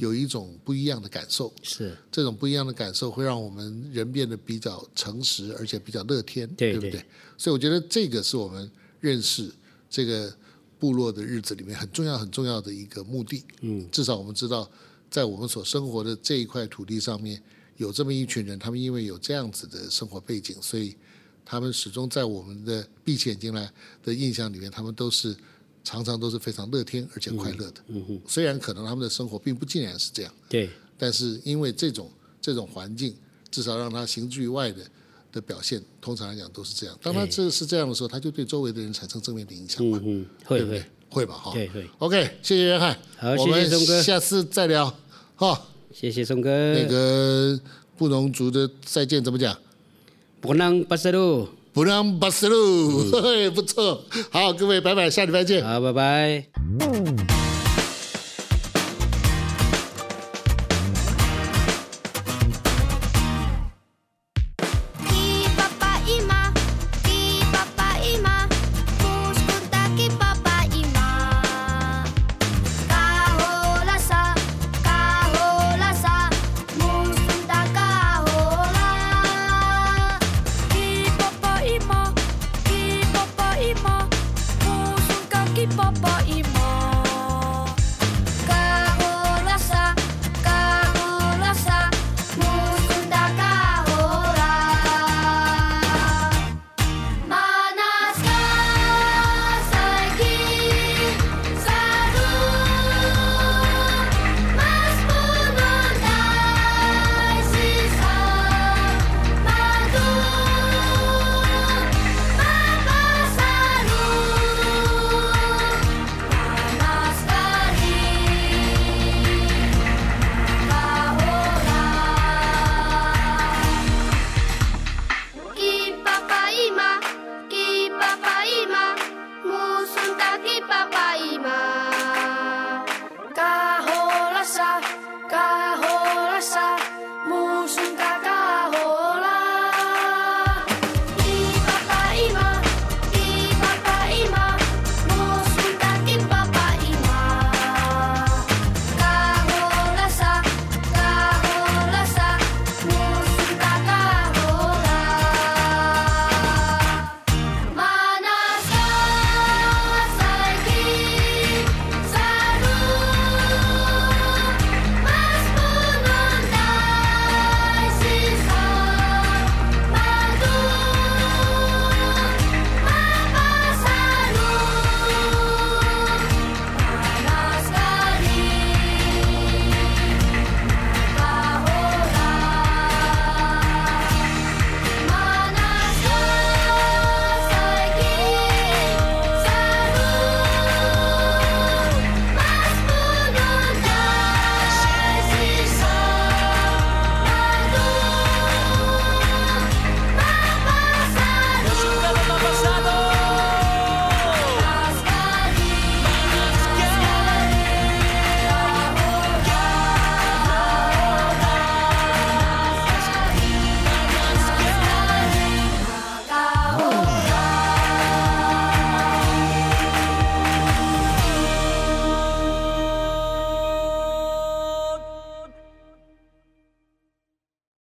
[SPEAKER 2] 有一种不一样的感受。
[SPEAKER 1] 是，
[SPEAKER 2] 这种不一样的感受会让我们人变得比较诚实，而且比较乐天，
[SPEAKER 1] 对
[SPEAKER 2] 不对
[SPEAKER 1] 对？
[SPEAKER 2] 所以我觉得这个是我们认识这个部落的日子里面很重要、很重要的一个目的。嗯，至少我们知道，在我们所生活的这一块土地上面，有这么一群人，他们因为有这样子的生活背景，所以他们始终在我们的闭起眼睛来的印象里面，他们都是常常都是非常乐天而且快乐的。嗯嗯，虽然可能他们的生活并不尽然是这样。
[SPEAKER 1] 对，
[SPEAKER 2] 但是因为这种这种环境，至少让他行之于外的的表现，通常来讲都是这样。当他这是这样的时候，他就对周围的人产生正面的影响嘛
[SPEAKER 1] 哎嗯，嗯，会会，
[SPEAKER 2] 会吧？哈，
[SPEAKER 1] 对会。
[SPEAKER 2] OK，谢谢约翰，
[SPEAKER 1] 好
[SPEAKER 2] 我
[SPEAKER 1] 谢谢
[SPEAKER 2] 们
[SPEAKER 1] 钟哥嗯
[SPEAKER 2] 下次再聊。哈，
[SPEAKER 1] 谢谢松哥，
[SPEAKER 2] 那个布农族的再见怎么讲？
[SPEAKER 1] 不能不塞路，
[SPEAKER 2] 布朗
[SPEAKER 1] 嗯
[SPEAKER 2] *laughs* 哎巴斯路，嘿，不错。好，各位，拜拜，下礼拜见。
[SPEAKER 1] 好，拜拜。